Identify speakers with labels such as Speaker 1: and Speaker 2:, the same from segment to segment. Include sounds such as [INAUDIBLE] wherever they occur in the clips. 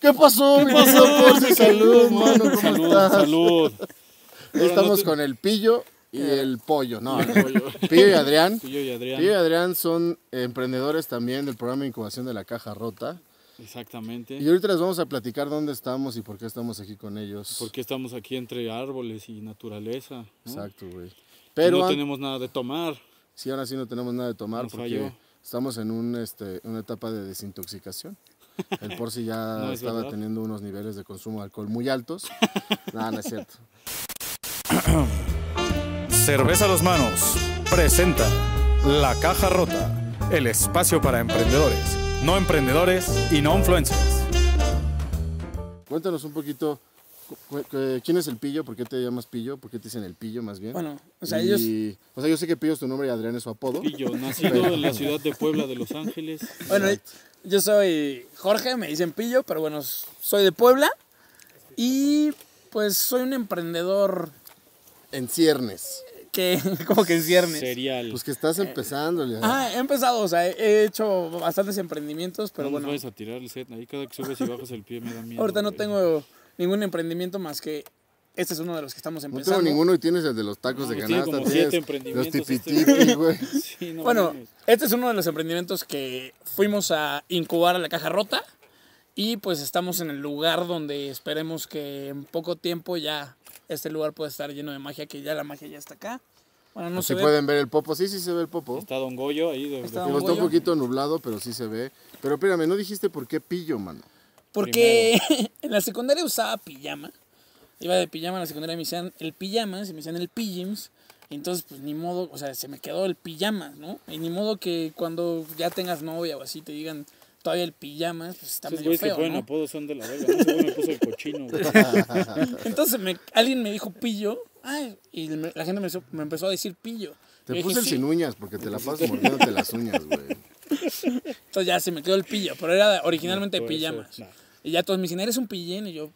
Speaker 1: ¿Qué pasó? ¿Qué pasó por
Speaker 2: pues?
Speaker 1: su salud, mano? ¿Cómo
Speaker 2: Salud,
Speaker 1: estás?
Speaker 2: salud. Ahora no
Speaker 1: Estamos
Speaker 2: te- Eh,
Speaker 1: con el pillo y el pollo. No, el pillo y Adrián.
Speaker 2: Pillo y Adrián.
Speaker 1: Pillo y Adrián son emprendedores también del programa de incubación de la caja rota.
Speaker 2: Exactamente.
Speaker 1: Y ahorita les vamos a platicar dónde estamos y por qué estamos aquí con ellos.
Speaker 2: Porque estamos aquí entre árboles y naturaleza. ¿no?
Speaker 1: Exacto, güey. Pero
Speaker 2: no
Speaker 1: an-
Speaker 2: tenemos nada de tomar.
Speaker 1: sí, ahora sí no tenemos nada de tomar
Speaker 2: Nos
Speaker 1: porque
Speaker 2: falló.
Speaker 1: estamos en un, este, una etapa de desintoxicación. El por si ya
Speaker 2: [LAUGHS] No, es
Speaker 1: estaba
Speaker 2: verdad.
Speaker 1: teniendo unos niveles de consumo de alcohol muy
Speaker 2: [LAUGHS]
Speaker 1: altos. No, no es cierto.
Speaker 3: Cerveza a los manos presenta La Caja Rota, el espacio para emprendedores, no emprendedores y no influencers.
Speaker 1: Cuéntanos un poquito, cu- cu- cu- ¿quién es el pillo? ¿Por qué te llamas pillo? ¿Por qué te dicen el pillo más bien?
Speaker 4: Bueno, o sea,
Speaker 1: Y-
Speaker 4: ellos.
Speaker 1: O sea, yo sé que pillo es tu nombre y Adrián es su apodo.
Speaker 2: Pillo, nacido en la ciudad de Puebla de Los Ángeles.
Speaker 4: Bueno, yo soy Jorge, me dicen Pillo, pero bueno, soy de Puebla. Y pues soy un emprendedor
Speaker 1: En ciernes.
Speaker 4: que, [LAUGHS] como que en ciernes.
Speaker 2: Cereal.
Speaker 1: Pues que estás empezando, Lea.
Speaker 4: Eh, Ah, he empezado, o sea, he hecho bastantes emprendimientos, pero
Speaker 2: no nos
Speaker 4: bueno,
Speaker 2: vayas a tirar el set. Ahí cada que subes y bajas el pie me da miedo.
Speaker 4: ahorita no
Speaker 2: güey.
Speaker 4: tengo ningún emprendimiento más que este es uno de los que estamos
Speaker 1: no
Speaker 4: empezando.
Speaker 1: tengo ninguno y tienes el de los tacos
Speaker 2: No,
Speaker 1: de
Speaker 2: pues tiene
Speaker 1: canasta.
Speaker 2: como
Speaker 1: tienes
Speaker 2: siete emprendimientos
Speaker 1: Los
Speaker 2: este
Speaker 1: tipitipi,
Speaker 2: güey.
Speaker 4: [LAUGHS]
Speaker 1: güey.
Speaker 2: [LAUGHS] Sí, no
Speaker 4: Bueno,
Speaker 2: mames.
Speaker 4: este es uno de los emprendimientos que fuimos a incubar a la caja rota y pues estamos en el lugar donde esperemos que en poco tiempo ya este lugar pueda estar lleno de magia, que ya la magia ya está acá. Bueno, no
Speaker 1: si
Speaker 4: se ve.
Speaker 1: Pues pueden ver el popo. Sí, sí se ve el popo.
Speaker 2: Está Don Goyo ahí. De,
Speaker 4: Está
Speaker 2: de-
Speaker 1: Digo, está un
Speaker 4: Goyo.
Speaker 1: poquito nublado, pero sí se ve. Pero espérame, no dijiste por qué pillo, mano.
Speaker 4: Porque [LAUGHS] en la secundaria usaba pijama. Iba de pijama a la secundaria, me decían el pijama, se me decían el pijims. Entonces, pues ni modo, o sea, se me quedó el pijama, ¿no? Y ni modo que cuando ya tengas novia o así te digan todavía el pijama, pues está
Speaker 2: Esos
Speaker 4: medio
Speaker 2: güeyes que
Speaker 4: feo,
Speaker 2: ponen
Speaker 4: ¿no?
Speaker 2: apodos son de la verga. No Ese güey me puso el cochino,
Speaker 1: [LAUGHS]
Speaker 2: güey.
Speaker 4: Entonces me- alguien me dijo pillo, ay, y me- la gente me, empezó- me empezó a decir pillo.
Speaker 1: Te
Speaker 4: Yo
Speaker 1: puse
Speaker 4: dije,
Speaker 1: el
Speaker 4: "Sí".
Speaker 1: sin uñas porque te la pasas mordiéndote las uñas,
Speaker 2: [LAUGHS]
Speaker 1: güey.
Speaker 4: Entonces ya se me quedó el pillo, pero era originalmente de
Speaker 2: puede ser,
Speaker 4: pijamas.
Speaker 2: no.
Speaker 4: Y ya todos me dicen, eres un pillén, y yo,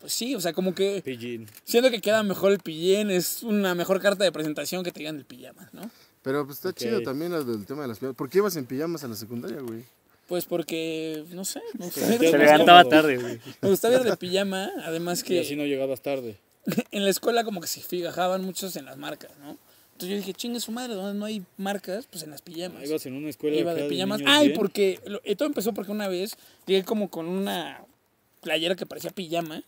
Speaker 4: pues sí, o sea, como que...
Speaker 2: Pillín.
Speaker 4: Siento que queda mejor el pillén, es una mejor carta de presentación que te digan el pijama, ¿no?
Speaker 1: Pero pues está chido también el del tema de las pijamas. ¿Por qué ibas en pijamas a la secundaria, güey?
Speaker 4: Pues porque, no sé, me gusta
Speaker 2: Se
Speaker 5: Se
Speaker 4: ver,
Speaker 5: levantaba
Speaker 2: cómodo.
Speaker 5: tarde, güey.
Speaker 4: me gusta ver de pijama, además
Speaker 2: Y así
Speaker 4: que
Speaker 2: no llegabas tarde.
Speaker 4: [LAUGHS] en la escuela como que se fijaban muchos en las marcas, ¿no? Entonces yo dije, chingue su madre, donde no hay marcas, pues en las pijamas.
Speaker 2: Ah, Ibas en una escuela.
Speaker 4: Iba
Speaker 2: acá
Speaker 4: de pijamas.
Speaker 2: niños
Speaker 4: Ay,
Speaker 2: bien.
Speaker 4: porque lo- eh, todo empezó porque una vez llegué como con una playera que parecía pijama,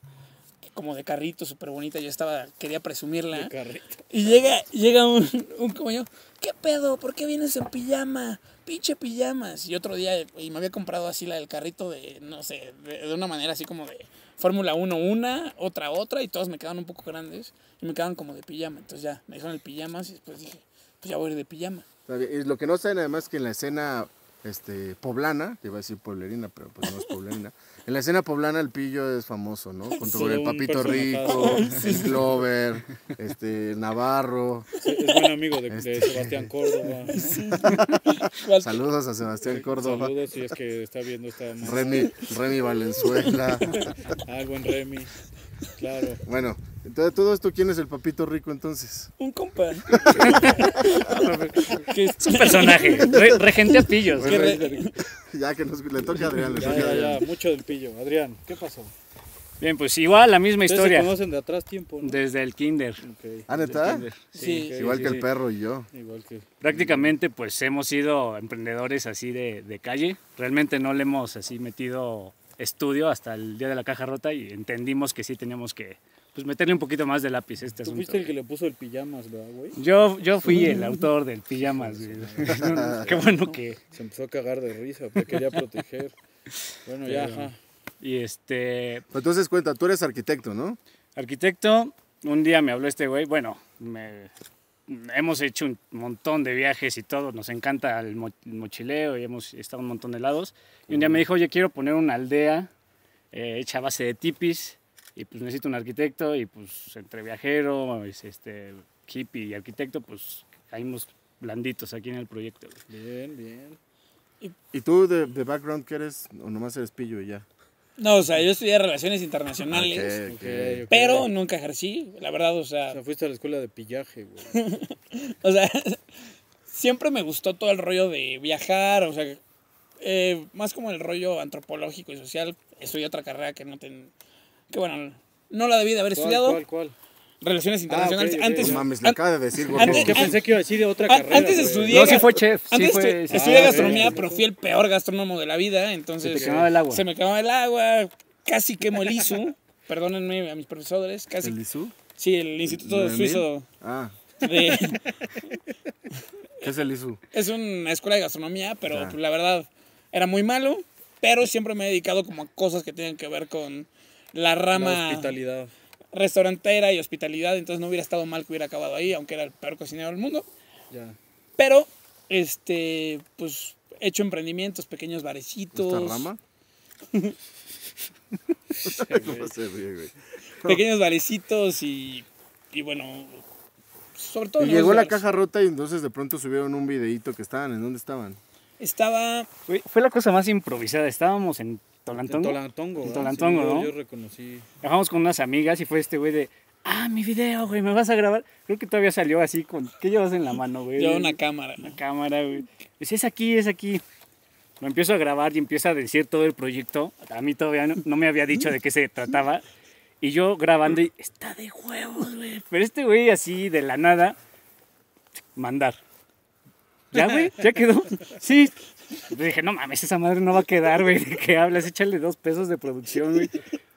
Speaker 4: como de carrito, súper bonita. Yo estaba, quería presumirla.
Speaker 2: Carreta.
Speaker 4: Y llega, llega un, un compañero, ¿qué pedo? ¿Por qué vienes en pijama? Pinche pijamas. Y otro día, y me había comprado así la del carrito de, no sé, de, de una manera así como de Fórmula 1 una, otra otra, y todas me quedaban un poco grandes y me quedaban como de pijama. Entonces ya, me dijeron el pijamas y después dije, pues ya voy a ir de pijama.
Speaker 1: Está bien. Y lo que no saben además que en la escena este, poblana, te iba a decir poblerina, pero pues no es poblerina.
Speaker 2: [LAUGHS]
Speaker 1: En la escena poblana el pillo es famoso, ¿no? Con todo
Speaker 2: Todo
Speaker 1: el
Speaker 2: un
Speaker 1: papito rico,
Speaker 2: personajazo.
Speaker 1: el Clover,
Speaker 2: [LAUGHS]
Speaker 1: este, Navarro.
Speaker 2: Es buen amigo de, de Sebastián Córdoba. ¿no?
Speaker 1: Saludos a Sebastián Córdoba.
Speaker 2: Saludos si es que está viendo esta madre.
Speaker 1: Remy, Remy
Speaker 2: [LAUGHS]
Speaker 1: Valenzuela.
Speaker 2: Ah, el buen Remy. Claro.
Speaker 1: Bueno, entonces todo esto, ¿quién es el papito rico entonces? [LAUGHS]
Speaker 4: Un [LAUGHS] compa. que,
Speaker 5: Es un personaje. Re- regente a pillos.
Speaker 1: Bueno,
Speaker 4: re-
Speaker 1: ahí- ya que nos, le toca a Adrián, le
Speaker 2: Ya,
Speaker 1: toca a
Speaker 2: ya,
Speaker 1: Adrián.
Speaker 2: ya. Mucho del pillo. Adrián, ¿qué pasó?
Speaker 5: Bien, pues igual la misma
Speaker 2: Ustedes se
Speaker 5: historia.
Speaker 2: conocen de atrás tiempo, ¿no?
Speaker 5: Desde el kinder.
Speaker 2: Ok.
Speaker 1: Ah, ¿neta?
Speaker 4: sí.
Speaker 2: ok.
Speaker 1: Igual
Speaker 5: sí,
Speaker 1: que el
Speaker 5: sí.
Speaker 1: perro y yo.
Speaker 2: Igual que.
Speaker 5: Prácticamente pues hemos sido emprendedores así de, de calle. Realmente no le hemos así metido estudio hasta el día de la caja rota y entendimos que sí teníamos que pues meterle un poquito más de lápiz a este
Speaker 2: Tú
Speaker 5: asunto.
Speaker 2: fuiste el que le puso el pijamas, ¿verdad, güey?
Speaker 5: Yo, yo fui el autor del pijamas.
Speaker 2: [LAUGHS]
Speaker 5: güey. [LAUGHS] Qué bueno que...
Speaker 2: Se empezó a cagar de risa, porque quería proteger. Bueno, ya, ajá.
Speaker 5: Y este,
Speaker 1: Entonces cuenta, tú eres arquitecto, ¿no?
Speaker 5: Arquitecto, un día me habló este güey, bueno, me- hemos hecho un montón de viajes y todo, nos encanta el, mo- el mochileo y hemos estado en un montón de lados. Y un día me dijo, oye, quiero poner una aldea eh, hecha a base de tipis y pues necesito un arquitecto y pues entre viajero, es, este, hippie y arquitecto, pues caímos blanditos aquí en el proyecto. güey.
Speaker 2: Bien, bien.
Speaker 1: ¿Y tú de, de background qué eres? ¿O nomás eres pillo y ya?
Speaker 4: No, o sea, yo estudié relaciones
Speaker 1: Ok,
Speaker 4: internacionales,
Speaker 1: ok.
Speaker 2: Ok, ok.
Speaker 4: pero nunca ejercí, la verdad, o
Speaker 2: O
Speaker 4: sea,
Speaker 2: sea, fuiste a la escuela de pillaje, güey.
Speaker 4: [LAUGHS] o sea, siempre me gustó todo el rollo de viajar, o sea, eh, más como el rollo antropológico y social, estudié otra carrera que no ten, que bueno, no la debí de haber estudiado.
Speaker 2: ¿Cuál, cuál?
Speaker 4: Relaciones internacionales.
Speaker 2: ok, ok.
Speaker 4: antes,
Speaker 1: No mames, le
Speaker 4: an-
Speaker 1: acaba de decir, güey.
Speaker 4: antes-
Speaker 2: Es que
Speaker 4: an-
Speaker 2: pensé que iba a decir de otra
Speaker 4: an-
Speaker 2: carrera.
Speaker 4: antes
Speaker 2: güey.
Speaker 4: estudié-
Speaker 5: No, sí fue chef. Sí
Speaker 4: Antes
Speaker 5: fue, este,
Speaker 4: estu-
Speaker 5: sí.
Speaker 4: estudié
Speaker 2: Ah, ok.
Speaker 4: gastronomía, pues, pero fui el peor gastrónomo de la vida,
Speaker 5: Se
Speaker 4: entonces...
Speaker 5: te quemaba el agua.
Speaker 4: Se me quemaba el agua, casi quemo el ISU. Perdónenme a mis profesores, casi.
Speaker 1: ¿El Isu?
Speaker 4: Sí, el Instituto
Speaker 1: ¿Nueve mil?
Speaker 4: Suizo
Speaker 1: Ah,
Speaker 4: de...
Speaker 1: ¿qué es el Isu?
Speaker 4: [LAUGHS] Es una escuela de gastronomía, pero
Speaker 1: Ya.
Speaker 4: pues, la verdad era muy malo. Pero siempre me he dedicado como a cosas que tienen que ver con
Speaker 2: La
Speaker 4: la rama
Speaker 2: hospitalidad.
Speaker 4: restaurantera y hospitalidad. Entonces no hubiera estado mal que hubiera acabado ahí, aunque era el peor cocinero del mundo.
Speaker 2: Ya.
Speaker 4: Pero, este, pues he hecho emprendimientos, pequeños barecitos.
Speaker 1: ¿Esta
Speaker 4: [LAUGHS]
Speaker 1: rama? [LAUGHS] No se ríe, güey.
Speaker 4: Pequeños barecitos y, y bueno, sobre todo...
Speaker 1: Y
Speaker 4: negocios
Speaker 1: llegó la
Speaker 4: de
Speaker 1: caja rota y entonces de pronto subieron un videito que estaban, ¿en dónde estaban?
Speaker 4: bares. Estaba...
Speaker 5: Fue- Fue la cosa más improvisada. Estábamos en
Speaker 2: En
Speaker 5: Tolantongo.
Speaker 2: Tolantongo.
Speaker 5: En
Speaker 2: ah,
Speaker 5: Tolantongo,
Speaker 2: sí, yo-
Speaker 5: ¿no?
Speaker 2: Yo reconocí.
Speaker 5: Trabajamos con unas amigas y fue este güey de, ah, mi video, güey, ¿me vas a grabar? Creo que todavía salió así con, ¿qué llevas en la mano, güey?
Speaker 4: Llevaba una cámara.
Speaker 5: Una cámara, güey. Dice, es aquí, es aquí. Lo empiezo a grabar y empiezo a decir todo el proyecto. A mí todavía no, no me había dicho de qué se trataba. Y yo grabando y, está de huevos, güey. Pero este güey así, de la nada, mandar. ¿Ya, güey? ¿Ya quedó? Sí. Le dije, no mames, esa madre no va a quedar, güey. ¿De qué hablas? Échale dos pesos de producción, güey.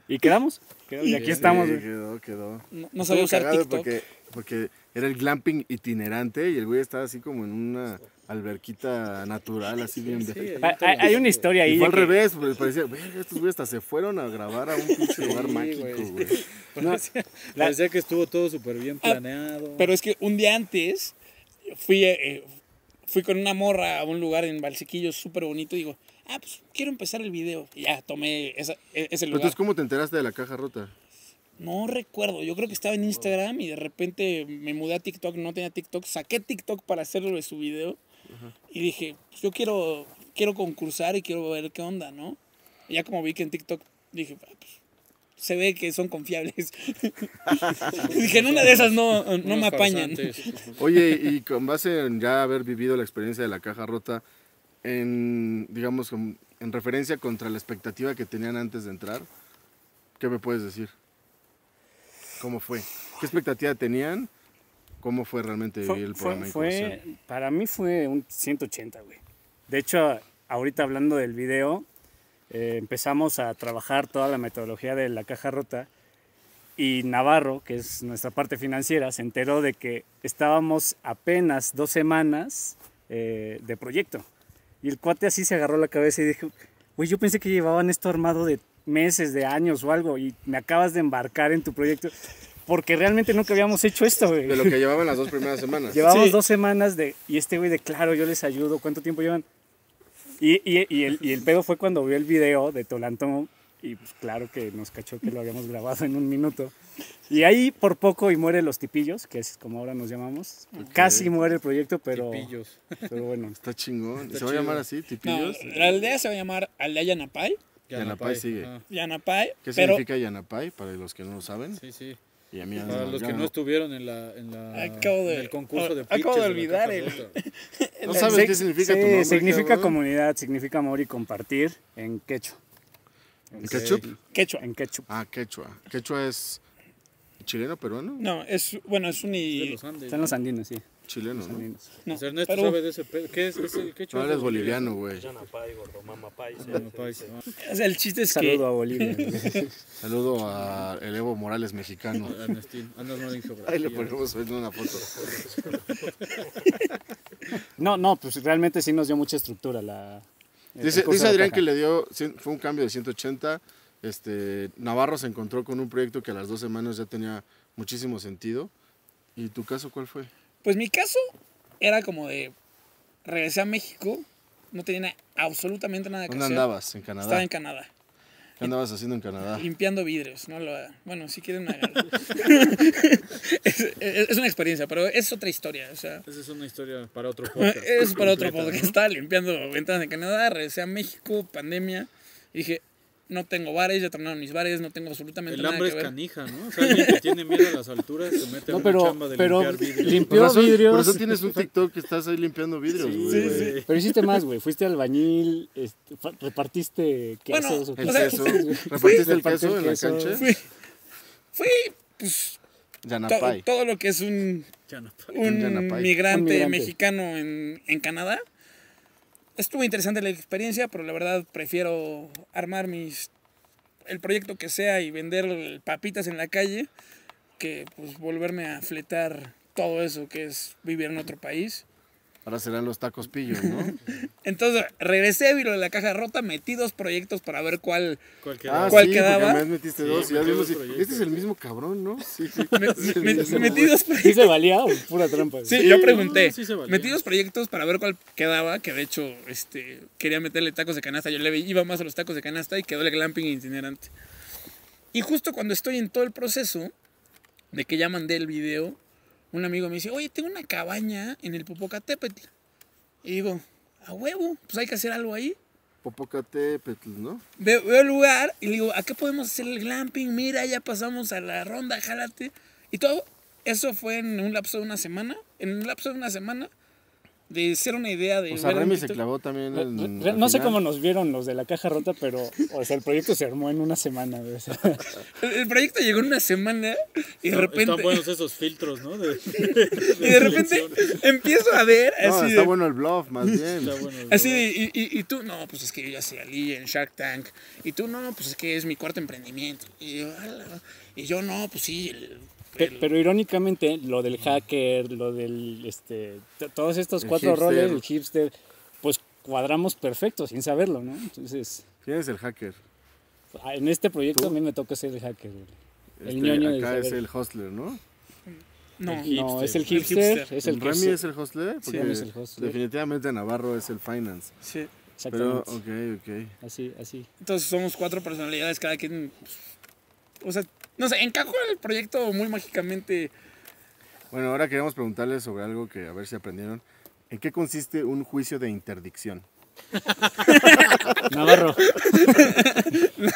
Speaker 5: Y quedamos. Y aquí estamos,
Speaker 1: Sí,
Speaker 5: güey.
Speaker 1: quedó, quedó.
Speaker 4: No, no sabía
Speaker 1: Estuvo
Speaker 4: usar
Speaker 1: cagado
Speaker 4: TikTok.
Speaker 1: Porque, porque era el glamping itinerante y el güey estaba así como en una alberquita natural, así bien...
Speaker 2: Sí,
Speaker 5: Hay, hay- hay una historia ahí.
Speaker 1: Y fue al
Speaker 5: de que-
Speaker 1: revés, pues, parecía, "Verga, estos güeyes hasta se fueron a grabar a
Speaker 5: [LAUGHS]
Speaker 1: un pinche lugar mágico,
Speaker 2: güey.
Speaker 1: güey.
Speaker 2: Parecía, parecía que estuvo todo súper bien planeado.
Speaker 4: Ah, Pero es que un día antes fui, eh, fui con una morra a un lugar en Balsequillo súper bonito y digo, ah, pues quiero empezar el video. Y ya tomé esa- e- ese
Speaker 1: Pero
Speaker 4: lugar.
Speaker 1: entonces, ¿cómo te enteraste de la caja rota?
Speaker 4: No recuerdo, yo creo que estaba en Instagram y de repente me mudé a TikTok, no tenía TikTok, saqué TikTok para hacerlo de su video y dije, pues yo quiero, quiero concursar y quiero ver qué onda, ¿no? Y ya como vi que en TikTok dije, "Ah, pues, se ve que son confiables. [LAUGHS] dije, en una de esas no, no
Speaker 2: Unos
Speaker 4: me apañan.
Speaker 2: farsantes.
Speaker 1: Oye, y con base en ya haber vivido la experiencia de la caja rota, en, digamos, con- en referencia contra la expectativa que tenían antes de entrar, ¿qué me puedes decir? ¿Cómo fue? ¿Qué expectativa tenían? ¿Cómo fue realmente
Speaker 5: Fue-
Speaker 1: vivir el
Speaker 5: fue-
Speaker 1: programa? y
Speaker 5: fue-
Speaker 1: conocer?
Speaker 5: para mí fue un 180, güey. De hecho, ahorita hablando del video, eh, empezamos a trabajar toda la metodología de la caja rota y Navarro, que es nuestra parte financiera, se enteró de que estábamos apenas dos semanas eh, de proyecto. Y el cuate así se agarró la cabeza y dijo, güey, yo pensé que llevaban esto armado de meses, de años o algo, y me acabas de embarcar en tu proyecto, porque realmente nunca habíamos hecho esto, güey.
Speaker 1: De lo que llevaban las dos primeras
Speaker 5: [LAUGHS]
Speaker 1: semanas.
Speaker 5: Llevamos
Speaker 4: Sí.
Speaker 5: dos semanas de. Y este güey de, claro, yo les ayudo. ¿Cuánto tiempo llevan? Y, y- y el, y el pedo fue cuando vio el video de Tolantón. Y pues claro que nos cachó que lo habíamos grabado en un minuto. Y ahí por poco y muere Los Tipillos, que es como ahora nos llamamos. Casi muere el proyecto, pero,
Speaker 2: Tipillos.
Speaker 5: pero bueno.
Speaker 1: Está chingón. ¿Se va a
Speaker 2: chido.
Speaker 1: llamar así?
Speaker 4: No,
Speaker 1: ¿Tipillos?
Speaker 5: eh,
Speaker 4: la aldea se va a llamar Aldea Yanapay.
Speaker 1: Yanapay sigue.
Speaker 2: ajá.
Speaker 4: Yanapay.
Speaker 1: ¿Qué
Speaker 4: pero
Speaker 1: significa Yanapay? Para los que no lo saben.
Speaker 2: Sí, sí.
Speaker 1: Y a mí
Speaker 2: Para los que no estuvieron en, la, en, la,
Speaker 4: Ah, Acabo de- ah,
Speaker 2: en el concurso de
Speaker 4: acabo de
Speaker 2: pitches la
Speaker 4: olvidar
Speaker 2: Caja
Speaker 4: el- [LAUGHS]
Speaker 2: Rota.
Speaker 1: [LAUGHS] ¿No sabes qué significa
Speaker 5: Sí,
Speaker 1: tu nombre?
Speaker 5: significa
Speaker 1: cabrón?
Speaker 5: comunidad, significa amor y compartir en quechua.
Speaker 1: ¿En ¿Ketchup?
Speaker 4: quechua.
Speaker 5: En quechua.
Speaker 1: Ah, quechua. ¿Quechua es chileno, peruano?
Speaker 4: No, es, bueno, es un
Speaker 2: De
Speaker 4: y...
Speaker 2: los Andes.
Speaker 5: Está en los andinos, sí.
Speaker 1: Chileno,
Speaker 5: los
Speaker 1: ¿no?
Speaker 5: andinos.
Speaker 4: No,
Speaker 2: Pues Ernesto
Speaker 4: Perú.
Speaker 2: sabe de ese pedo. ¿Qué es? ¿Es el qué
Speaker 1: No
Speaker 2: chulo?
Speaker 1: eres boliviano, güey.
Speaker 2: Yanapay, sí.
Speaker 4: O sea, el chiste es
Speaker 5: Saludo
Speaker 4: que...
Speaker 5: a Bolivia.
Speaker 1: [LAUGHS] Saludo a el Evo Morales mexicano.
Speaker 2: Ah, Ernestín, andas mal en geografía.
Speaker 1: Ahí le ponemos en una foto.
Speaker 5: No, no, pues realmente sí nos dio mucha estructura la. el
Speaker 1: Dice,
Speaker 5: curso
Speaker 1: dice
Speaker 5: de
Speaker 1: Adrián
Speaker 5: caja.
Speaker 1: que le dio, cien- fue un cambio de 180. Este, Navarro se encontró con un proyecto que a las dos semanas ya tenía muchísimo sentido. ¿Y tu caso cuál fue?
Speaker 4: Pues mi caso era como de... Regresé a México, no tenía na- absolutamente nada que
Speaker 1: ¿Dónde
Speaker 4: hacer.
Speaker 1: andabas? ¿En Canadá?
Speaker 4: Estaba en Canadá,
Speaker 1: ¿Qué andabas haciendo en Canadá?
Speaker 4: limpiando vidrios. No lo hagan. Bueno, si quieren, háganlo. [LAUGHS] es, es- es una experiencia, pero es otra historia. O sea,
Speaker 2: Esa es una historia para otro podcast.
Speaker 4: Ah, Eh, es para otro
Speaker 2: Completa,
Speaker 4: podcast. Estaba limpiando ventanas en Canadá, regresé a México, pandemia. Y dije, no tengo bares, ya tronaron mis bares, no tengo absolutamente
Speaker 2: El
Speaker 4: nada
Speaker 2: hambre
Speaker 4: que
Speaker 2: es
Speaker 4: ver.
Speaker 2: canija, ¿no? O sea, alguien que tiene miedo a las alturas se mete
Speaker 5: No,
Speaker 2: a
Speaker 5: pero-
Speaker 2: una chamba de
Speaker 5: pero-
Speaker 2: limpiar vidrio.
Speaker 1: Por
Speaker 5: Limpió
Speaker 1: eso, por
Speaker 5: vidrios.
Speaker 1: eso
Speaker 5: [LAUGHS]
Speaker 1: tienes un TikTok que estás ahí limpiando vidrios, güey.
Speaker 2: Sí, güey.
Speaker 5: Pero hiciste más, güey. Fuiste albañil, este, fa- repartiste
Speaker 4: Bueno,
Speaker 5: quesos. o
Speaker 1: El
Speaker 4: O sea,
Speaker 1: queso.
Speaker 5: sí, güey.
Speaker 1: [LAUGHS] ¿Repartiste el
Speaker 5: Repartí
Speaker 1: queso en la
Speaker 5: queso.
Speaker 1: cancha?
Speaker 4: Fui, fui, pues, to-
Speaker 1: Yanapay.
Speaker 4: todo lo que es un,
Speaker 2: Ya no pues, pa-
Speaker 4: un
Speaker 1: Yanapai.
Speaker 4: migrante,
Speaker 5: Un migrante.
Speaker 4: mexicano en, en Canadá. Estuvo interesante la experiencia, pero la verdad prefiero armar mis el proyecto que sea y vender papitas en la calle que pues volverme a fletar todo eso que es vivir en otro país.
Speaker 1: Ahora serán los tacos pillos, ¿no?
Speaker 4: Entonces regresé, vi lo de la caja rota, metí dos proyectos para ver cuál.
Speaker 2: cualquiera.
Speaker 1: Ah,
Speaker 4: ¿Cuál
Speaker 1: sí,
Speaker 4: quedaba?
Speaker 1: porque además metiste dos.
Speaker 2: Sí,
Speaker 1: y ya
Speaker 2: metí
Speaker 1: vimos
Speaker 2: dos
Speaker 1: si-
Speaker 2: proyectos.
Speaker 1: este es el mismo cabrón, ¿no? Este Sí, [LAUGHS] sí.
Speaker 4: me- me- metí dos
Speaker 1: [LAUGHS]
Speaker 4: proyectos.
Speaker 5: ¿Sí se valía o pura trampa? güey?
Speaker 4: Sí, yo pregunté.
Speaker 2: no, sí se valía.
Speaker 4: metí dos proyectos para ver cuál quedaba, que de hecho este, quería meterle tacos de canasta. Yo le iba más a los tacos de canasta y quedó el glamping itinerante. Y justo cuando estoy en todo el proceso de que ya mandé el video, un amigo me dice, oye, tengo una cabaña en el Popocatépetl. Y digo, a huevo, pues hay que hacer algo ahí.
Speaker 1: Popocatépetl, ¿no?
Speaker 4: Veo, veo el lugar y le digo, ¿a qué podemos hacer el glamping? Mira, ya pasamos a la ronda, jálate. Y todo eso fue en un lapso de una semana. En un lapso de una semana de ser una idea de...
Speaker 1: O sea,
Speaker 4: ver un
Speaker 1: Remy se
Speaker 4: TikTok.
Speaker 1: clavó también
Speaker 5: Re-
Speaker 1: en...
Speaker 5: re-
Speaker 1: al
Speaker 5: No sé
Speaker 1: final.
Speaker 5: cómo nos vieron los de la caja rota, pero o sea, el proyecto se armó en una semana. güey, o sea.
Speaker 4: El, el proyecto llegó en una semana y de
Speaker 2: Están-
Speaker 4: repente...
Speaker 2: Están buenos esos filtros, ¿no? De-
Speaker 4: [LAUGHS] Y de repente empiezo a ver
Speaker 1: No,
Speaker 4: así
Speaker 1: está
Speaker 4: de...
Speaker 1: bueno el bluff,
Speaker 5: [LAUGHS]
Speaker 1: más bien.
Speaker 2: Está
Speaker 4: [LAUGHS]
Speaker 2: bueno,
Speaker 4: Así de, y, y- y tú, no, pues es que yo ya sé Ali en Shark Tank. Y tú, no, pues es que es mi cuarto emprendimiento. Y yo, "Ala". y yo no, pues sí, el-
Speaker 5: Pe-
Speaker 4: el-
Speaker 5: Pero irónicamente, lo del hacker, lo del. este t- Todos estos
Speaker 1: El
Speaker 5: cuatro
Speaker 1: hipster.
Speaker 5: roles, el hipster, pues cuadramos perfecto sin saberlo, ¿no? Entonces,
Speaker 1: ¿Quién es el hacker?
Speaker 5: en este proyecto a mí me toca ser el hacker. güey. El
Speaker 1: Este,
Speaker 5: ñoño del
Speaker 1: Acá es
Speaker 5: saber.
Speaker 1: el hostler, ¿no?
Speaker 4: no.
Speaker 5: No, es el
Speaker 4: güey. El
Speaker 5: hipster,
Speaker 4: hipster.
Speaker 5: es el que
Speaker 1: Remy
Speaker 5: se-
Speaker 1: es el hostler. Porque
Speaker 5: Remy es el hostler.
Speaker 1: Definitivamente Navarro es el finance.
Speaker 4: Sí.
Speaker 1: Pero,
Speaker 5: Exactamente.
Speaker 1: ok, ok.
Speaker 5: Así, así.
Speaker 4: Entonces somos cuatro personalidades, cada quien. pues, O sea, no sé, encajó en el proyecto muy mágicamente. [LAUGHS]
Speaker 1: Bueno, ahora queremos preguntarles sobre algo que a ver si aprendieron. ¿En qué consiste un juicio de interdicción?
Speaker 5: Navarro,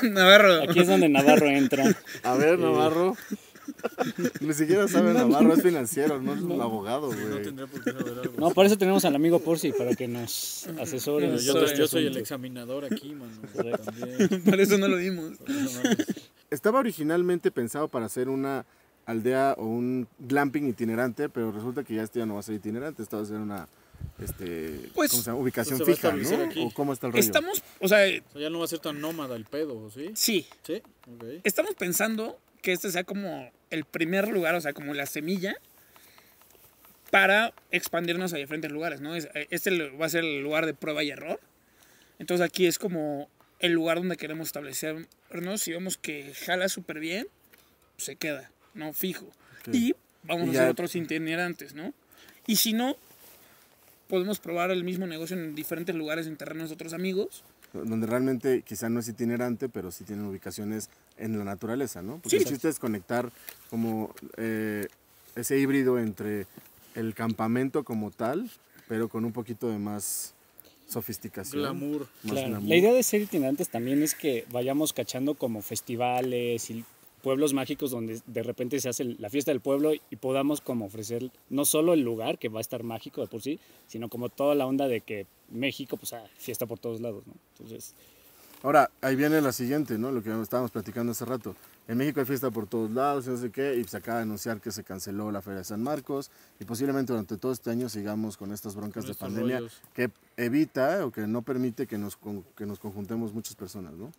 Speaker 4: Navarro.
Speaker 5: aquí es donde Navarro entra.
Speaker 1: A ver, Navarro. Eh, [LAUGHS] Ni siquiera sabe Navarro, es financiero, no es un abogado,
Speaker 2: No
Speaker 1: güey.
Speaker 2: tendría por qué saber algo.
Speaker 5: No, por eso tenemos al amigo Porci, para que nos asesore.
Speaker 2: Pero
Speaker 5: en
Speaker 2: yo,
Speaker 5: todo
Speaker 2: yo
Speaker 5: este
Speaker 2: soy el
Speaker 5: asunto.
Speaker 2: examinador aquí, mano.
Speaker 5: [LAUGHS] Correcto.
Speaker 2: También.
Speaker 4: Por eso no lo dimos.
Speaker 1: Estaba originalmente pensado para hacer una aldea o un glamping itinerante, pero resulta que ya este ya no va a ser itinerante, esta va a ser una este,
Speaker 4: Pues,
Speaker 1: ¿cómo se llama? ubicación
Speaker 2: se va a
Speaker 1: fija,
Speaker 2: establecer
Speaker 1: ¿no?
Speaker 2: aquí.
Speaker 1: ¿O cómo está el rollo?
Speaker 4: Estamos, o sea,
Speaker 2: O sea, ya no va a ser tan nómada el pedo, ¿sí?
Speaker 4: sí,
Speaker 2: Sí, ok.
Speaker 4: estamos pensando que este sea como el primer lugar, o sea, como la semilla para expandirnos a diferentes lugares, ¿no? Es- Este lo- va a ser el lugar de prueba y error. Entonces aquí es como el lugar donde queremos establecernos. Si vemos que jala súper bien, se queda, ¿no? Fijo. Y vamos
Speaker 1: Y
Speaker 4: a
Speaker 1: ya-
Speaker 4: hacer otros itinerantes, ¿no? Y si no, podemos probar el mismo negocio en diferentes lugares, en terrenos de otros amigos.
Speaker 1: Donde realmente quizá no es itinerante, pero sí tienen ubicaciones en la naturaleza, ¿no? Porque
Speaker 4: Sí.
Speaker 1: el chiste es conectar como eh, ese híbrido entre el campamento como tal, pero con un poquito de más sofisticación.
Speaker 2: Glamour.
Speaker 1: Más
Speaker 5: Claro,
Speaker 1: glamour.
Speaker 5: La idea de ser itinerantes también es que vayamos cachando como festivales y pueblos mágicos donde de repente se hace la fiesta del pueblo y podamos como ofrecer no solo el lugar que va a estar mágico de por sí, sino como toda la onda de que México pues ah, fiesta por todos lados, ¿no? Entonces,
Speaker 1: Ahora, ahí viene la siguiente, ¿no? Lo que estábamos platicando hace rato. En México hay fiesta por todos lados, no sé qué, y se acaba de anunciar que se canceló la Feria de San Marcos, y posiblemente durante todo este año sigamos con estas broncas
Speaker 2: Con
Speaker 1: de
Speaker 2: estos
Speaker 1: pandemia
Speaker 2: rollos.
Speaker 1: que evita o que no permite que nos, con- que nos conjuntemos muchas personas, ¿no?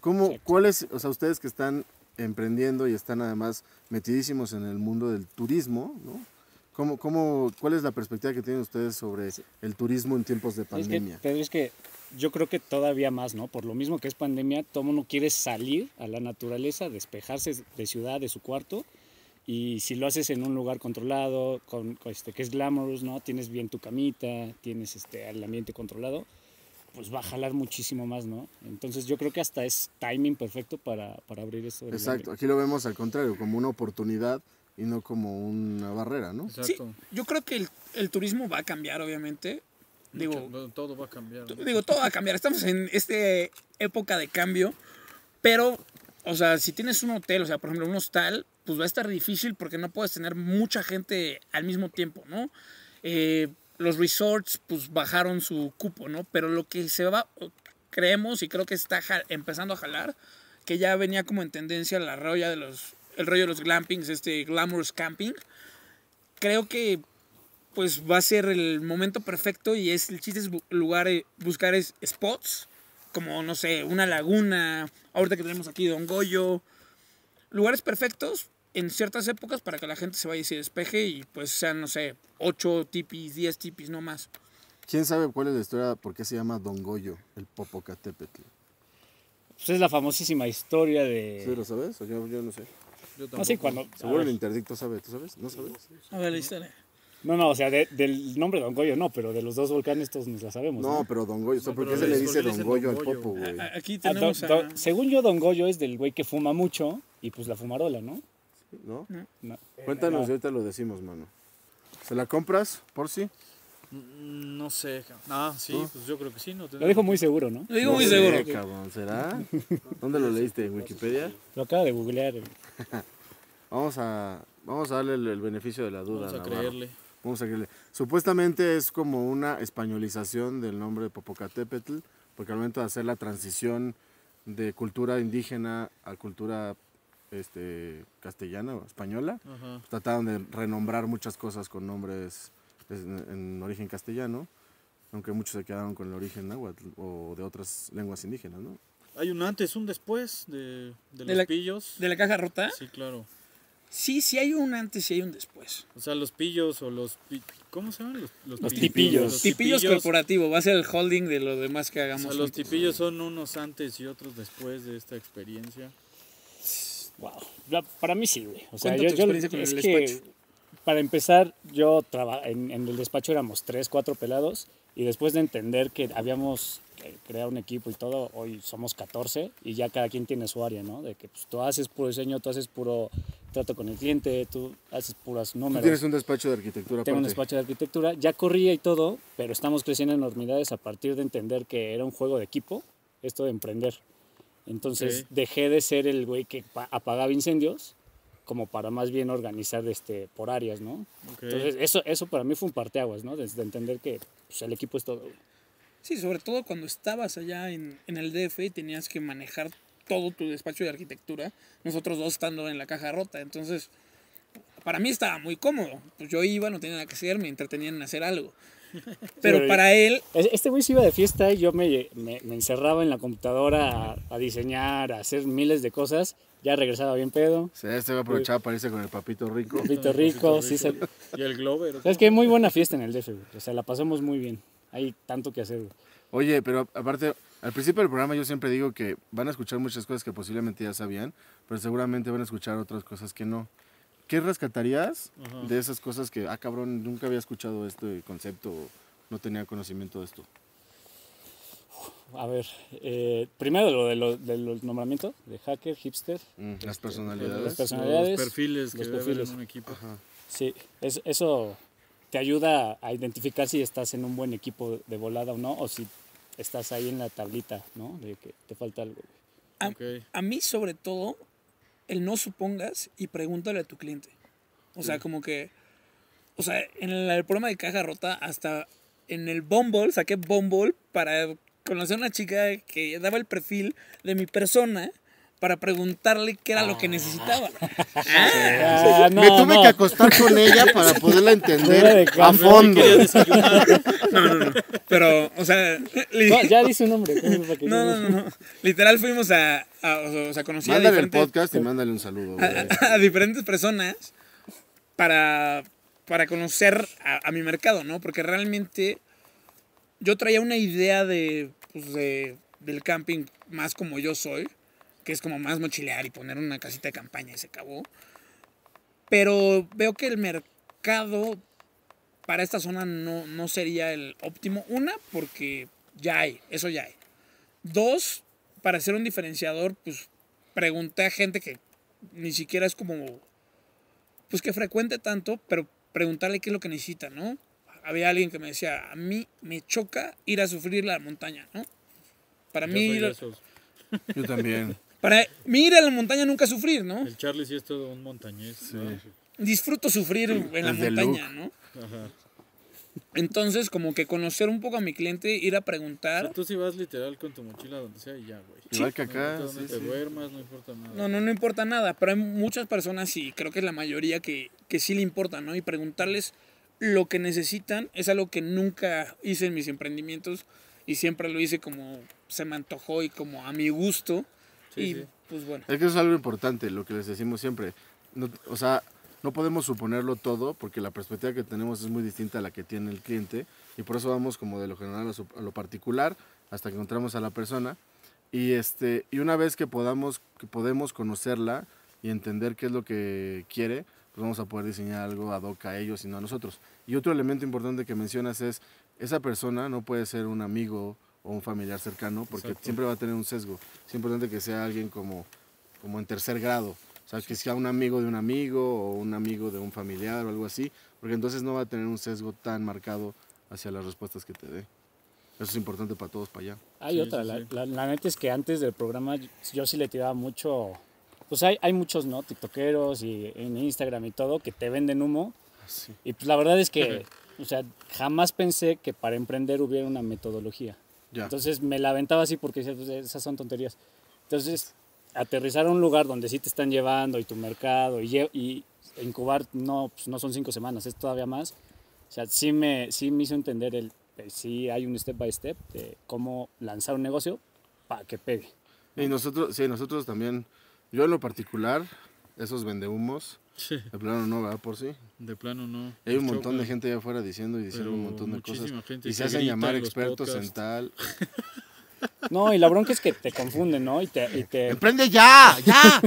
Speaker 1: ¿Cómo, cuáles, o sea, ustedes que están emprendiendo y están además metidísimos en el mundo del turismo, ¿no? ¿Cómo, cómo, ¿Cuál es la perspectiva que tienen ustedes sobre el turismo en tiempos de
Speaker 5: ¿sabes qué,
Speaker 1: pandemia?
Speaker 5: Pedro? es que yo creo que todavía más, ¿no? Por lo mismo que es pandemia, todo mundo quiere salir a la naturaleza, despejarse de ciudad, de su cuarto. Y si lo haces en un lugar controlado, con, con este, que es glamorous, ¿no? Tienes bien tu camita, tienes este, el ambiente controlado, pues va a jalar muchísimo más, ¿no? Entonces yo creo que hasta es timing perfecto para, para abrir eso. del
Speaker 1: Exacto,
Speaker 5: hambre.
Speaker 1: aquí lo vemos al contrario, como una oportunidad y no como una barrera, ¿no?
Speaker 4: Sí,
Speaker 2: Exacto.
Speaker 4: yo creo que el, el turismo va a cambiar, obviamente. Digo,
Speaker 2: Mucho- todo va a cambiar.
Speaker 4: t-
Speaker 2: ¿no?
Speaker 4: digo, todo va a cambiar. Estamos en esta época este de cambio, Pero, o sea, si tienes un hotel, o sea, por ejemplo, un hostal, pues va a estar difícil porque no puedes tener mucha gente al mismo tiempo, ¿no? Eh, los resorts, pues bajaron su cupo, ¿no? Pero lo que se va, creemos y creo que está ja- empezando a jalar, que ya venía como en tendencia la roya de los, el rollo de los glampings, este glamorous camping. Creo que pues va a ser el momento perfecto y es el chiste es bu- lugar, eh, buscar es- spots, como no sé, una laguna, ahorita que tenemos aquí Don Goyo, lugares perfectos en ciertas épocas para que la gente se vaya y se despeje y pues sean, no sé, 8 tipis, 10 tipis, no más.
Speaker 1: ¿Quién sabe cuál es la historia? ¿Por qué se llama Don Goyo, el Popocatépetl?
Speaker 5: Pues es la famosísima historia de...
Speaker 1: ¿Sí lo sabes? O yo, yo no sé.
Speaker 2: Yo
Speaker 5: no, sí,
Speaker 2: tampoco.
Speaker 5: cuando...
Speaker 1: Seguro
Speaker 5: a
Speaker 1: el
Speaker 5: ver,
Speaker 1: interdicto sabe. ¿Tú sabes? ¿No sabes?
Speaker 4: A ver, la historia.
Speaker 5: no, no, o sea, de- del nombre de Don Goyo no, pero de los dos volcanes todos nos la sabemos.
Speaker 1: No, pero Don Goyo. O sea,
Speaker 2: No,
Speaker 1: ¿Por
Speaker 2: pero
Speaker 1: qué se
Speaker 2: le-
Speaker 1: le
Speaker 2: ¿por qué
Speaker 1: dice
Speaker 2: le
Speaker 1: Don
Speaker 2: dicen
Speaker 1: Goyo
Speaker 2: Don
Speaker 1: al
Speaker 2: Goyo,
Speaker 1: Popo, güey?
Speaker 4: A- Aquí
Speaker 5: Ah,
Speaker 4: tenemos
Speaker 5: Don-
Speaker 4: a...
Speaker 5: Don- según yo, Don Goyo es del güey que fuma mucho y pues la fumarola, ¿no?
Speaker 1: ¿No?
Speaker 5: No.
Speaker 1: Cuéntanos y ahorita lo decimos, mano. ¿Se la compras, por si?
Speaker 2: Mm, No sé. cabrón. Ah, sí, pues yo creo que sí. No
Speaker 5: Lo dijo muy seguro, ¿no?
Speaker 4: Lo digo muy seguro.
Speaker 1: cabrón, ¿será? ¿Dónde lo leíste? ¿En
Speaker 2: [LAUGHS]
Speaker 1: Wikipedia?
Speaker 5: Lo acaba de googlear.
Speaker 1: Vamos a, vamos a darle el, el beneficio de la duda.
Speaker 2: Vamos a
Speaker 1: Navarro.
Speaker 2: creerle.
Speaker 1: Vamos a creerle. Supuestamente es como una españolización del nombre de Popocatépetl, porque al momento de hacer la transición de cultura indígena a cultura este, castellana o española,
Speaker 2: Ajá.
Speaker 1: trataron de renombrar muchas cosas con nombres es- en, en origen castellano, aunque muchos se quedaron con el origen náhuatl o de otras lenguas indígenas, ¿no?
Speaker 2: Hay un antes, un después de, de los
Speaker 4: la-
Speaker 2: pillos.
Speaker 4: ¿De la caja rota?
Speaker 2: Sí, claro.
Speaker 4: Sí, sí hay un antes y hay un después.
Speaker 2: O sea, los pillos o los... pi- ¿Cómo se llaman? Los,
Speaker 5: Los tipillos.
Speaker 2: Los
Speaker 4: Tipillos
Speaker 2: tipillos.
Speaker 4: corporativo, va a ser el holding de lo demás que
Speaker 2: O
Speaker 4: hagamos.
Speaker 2: sea, los
Speaker 4: juntos.
Speaker 2: tipillos son unos antes y otros después de esta experiencia.
Speaker 5: Wow. La- para mí sí, güey. O sea,
Speaker 4: Cuenta
Speaker 5: yo,
Speaker 4: tu
Speaker 5: yo-
Speaker 4: experiencia con
Speaker 5: es
Speaker 4: el
Speaker 5: que,
Speaker 4: despacho.
Speaker 5: Para empezar, yo traba- en, en el despacho éramos tres, cuatro pelados y después de entender que habíamos eh, creado un equipo y todo, hoy somos 14 y ya cada quien tiene su área, ¿no? De que pues, tú haces puro diseño, tú haces puro trato con el cliente, tú haces puras
Speaker 1: Tú
Speaker 5: números.
Speaker 1: tienes un despacho de arquitectura
Speaker 5: Tengo un
Speaker 1: aparte.
Speaker 5: despacho de arquitectura, ya corría y todo, pero estamos creciendo en enormidades a partir de entender que era un juego de equipo, esto de emprender. Entonces
Speaker 2: Ok.
Speaker 5: dejé de ser el güey que pa- apagaba incendios, como para más bien organizar este, por áreas, ¿no?
Speaker 2: Ok.
Speaker 5: Entonces eso, eso para mí fue un parteaguas, ¿no? Desde entender que pues, el equipo es todo. güey.
Speaker 4: Sí, sobre todo cuando estabas allá en, en el DF y tenías que manejar todo tu despacho de arquitectura, nosotros dos estando en la caja rota. Entonces, para mí estaba muy cómodo. Pues yo iba, no tenía nada que hacer, me entretenían en hacer algo. Pero
Speaker 5: pero-
Speaker 4: para él,
Speaker 5: Es- Este güey se iba de fiesta y yo me, me- me encerraba en la computadora a, a diseñar, a hacer miles de cosas, ya regresaba bien pedo.
Speaker 1: Sí, este va a aprovechar para irse con el papito
Speaker 5: [LAUGHS]
Speaker 1: rico.
Speaker 5: Pito rico, sí se,
Speaker 2: Y el Glover. ¿o
Speaker 5: Sabes
Speaker 2: qué?
Speaker 5: que muy buena fiesta en el DF, güey. O sea, la pasamos muy bien. Hay tanto que hacer, güey.
Speaker 1: Oye, pero aparte, al principio del programa yo siempre digo que van a escuchar muchas cosas que posiblemente ya sabían, pero seguramente van a escuchar otras cosas que no. ¿Qué rescatarías de esas cosas que, ah, cabrón, nunca había escuchado este concepto o no tenía conocimiento de esto?
Speaker 5: A ver, eh, primero lo de lo- del nombramiento de hacker, hipster,
Speaker 1: Mm, las
Speaker 5: las
Speaker 1: personalidades.
Speaker 5: personalidades.
Speaker 2: Los perfiles que
Speaker 5: los
Speaker 2: debe haber
Speaker 5: perfiles.
Speaker 2: en un equipo.
Speaker 5: Sí, es- eso te ayuda a identificar si estás en un buen equipo de volada o no, o si estás ahí en la tablita, ¿no? De que te falta algo. güey.
Speaker 4: Ah.
Speaker 2: Ok.
Speaker 4: a mí sobre todo, el no supongas y pregúntale a tu cliente. O sea, como que... O sea, en el, el programa de caja rota, hasta en el Bumble, saqué Bumble para conocer a una chica que daba el perfil de mi persona para preguntarle qué era lo
Speaker 1: [LAUGHS]
Speaker 4: que necesitaba.
Speaker 5: Ah,
Speaker 1: Me tuve que
Speaker 5: no.
Speaker 1: acostar con ella para poderla
Speaker 5: [LAUGHS] Fuera de
Speaker 1: entender a
Speaker 5: cámara.
Speaker 1: fondo.
Speaker 4: Pero, o sea, li-
Speaker 5: No, ya dice un nombre. ¿cómo para que
Speaker 4: no, no, no, no. Literal fuimos a, a- o sea, conocí a
Speaker 1: Mándale el
Speaker 4: diferentes,
Speaker 1: podcast y mándale un saludo. güey.
Speaker 4: a, a diferentes personas para, para conocer a, a mi mercado, ¿no? Porque realmente yo traía una idea de, pues, de- del camping más como yo soy, que es como más mochilear y poner una casita de campaña y se acabó. Pero veo que el mercado para esta zona no, no sería el óptimo. Una, porque ya hay, eso ya hay. Dos, para ser un diferenciador, pues pregunté a gente que ni siquiera es como, pues que frecuente tanto, pero preguntarle qué es lo que necesita, ¿no? Había alguien que me decía, a mí me choca ir a sufrir la montaña, ¿no? Para
Speaker 2: Yo
Speaker 4: mí,
Speaker 2: soy de
Speaker 4: lo-
Speaker 2: esos.
Speaker 1: Yo también.
Speaker 4: Para mira a la montaña nunca sufrir, ¿no?
Speaker 2: El Charlie sí es todo un montañés. ¿no?
Speaker 4: disfruto sufrir en la
Speaker 1: desde
Speaker 4: montaña, ¿no? Entonces, como que conocer un poco a mi cliente, ir a
Speaker 2: O sea,
Speaker 4: preguntar.
Speaker 2: tú sí vas literal con tu mochila donde sea y ya, güey.
Speaker 1: Igual que
Speaker 2: No importa
Speaker 1: acá.
Speaker 2: dónde
Speaker 1: sí,
Speaker 2: te
Speaker 1: sí.
Speaker 2: duermas, no importa nada.
Speaker 4: No, no, no importa nada, pero hay muchas personas y creo que es la mayoría que, que sí le importa, ¿no? Y preguntarles lo que necesitan es algo que nunca hice en mis emprendimientos y siempre lo hice como se me antojó y como a mi gusto.
Speaker 2: Sí,
Speaker 4: y
Speaker 2: sí.
Speaker 4: pues bueno,
Speaker 1: Es que eso es algo importante, lo que les decimos siempre. No- o sea, no podemos suponerlo todo porque la perspectiva que tenemos es muy distinta a la que tiene el cliente y por eso vamos como de lo general a, su- a lo particular hasta que encontramos a la persona y este y una vez que podamos que podemos conocerla y entender qué es lo que quiere, pues vamos a poder diseñar algo ad hoc a ellos y no a nosotros. Y otro elemento importante que mencionas es esa persona no puede ser un amigo o un familiar cercano porque siempre va a tener un sesgo. Es importante que sea alguien como como en tercer grado. O sea, que sea un amigo de un amigo o un amigo de un familiar o algo así, porque entonces no va a tener un sesgo tan marcado hacia las respuestas que te dé. Eso es importante para todos para allá.
Speaker 5: Hay otra, la, la- la neta es que antes del programa yo- yo sí le tiraba mucho, pues hay, hay muchos, ¿no? TikTokeros y en Instagram y todo que te venden humo. Y pues la verdad es que, o sea, jamás pensé que para emprender hubiera una metodología.
Speaker 1: Ya.
Speaker 5: Entonces me la aventaba así porque decía, "Pues, esas son tonterías. Entonces, aterrizar a un lugar donde sí te están llevando y tu mercado y, lle- y incubar, no, pues, no son cinco semanas, es todavía más. O sea, sí me, sí me hizo entender el, eh, sí hay un step by step de cómo lanzar un negocio para que pegue.
Speaker 1: Y nosotros, sí, nosotros también, yo en lo particular, esos vendehumos, de plano no, ¿verdad? Por sí.
Speaker 2: [LAUGHS] De plano no.
Speaker 1: Y hay un
Speaker 2: Nos
Speaker 1: montón de
Speaker 2: choca.
Speaker 1: gente allá afuera diciendo y diciendo un
Speaker 2: Pero
Speaker 1: montón de cosas.
Speaker 2: muchísima gente
Speaker 1: Y se
Speaker 2: que
Speaker 1: hacen
Speaker 2: grita en
Speaker 1: llamar
Speaker 2: los
Speaker 1: expertos en
Speaker 2: podcasts. [LAUGHS]
Speaker 1: tal.
Speaker 5: No, y la bronca es que te confunden, ¿no? Y te, y [LAUGHS] te-
Speaker 1: ¡Emprende ya! ¡Ya!